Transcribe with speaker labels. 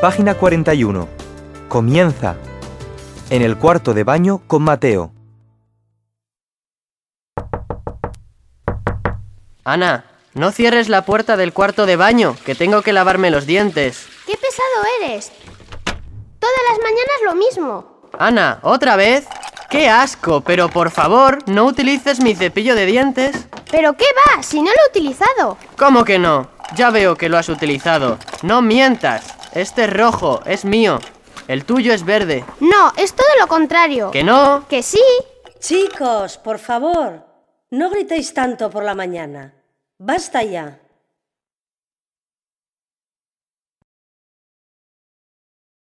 Speaker 1: Página 41. Comienza. En el cuarto de baño con Mateo.
Speaker 2: Ana, no cierres la puerta del cuarto de baño, que tengo que lavarme los dientes.
Speaker 3: ¡Qué pesado eres! Todas las mañanas lo mismo.
Speaker 2: Ana, ¿otra vez? ¡Qué asco! Pero por favor, no utilices mi cepillo de dientes.
Speaker 3: ¿Pero qué va? Si no lo he utilizado.
Speaker 2: ¿Cómo que no? Ya veo que lo has utilizado. No mientas. Este es rojo, es mío. El tuyo es verde.
Speaker 3: No, es todo lo contrario.
Speaker 2: ¿Que no?
Speaker 3: Que sí.
Speaker 4: Chicos, por favor, no gritéis tanto por la mañana. Basta ya.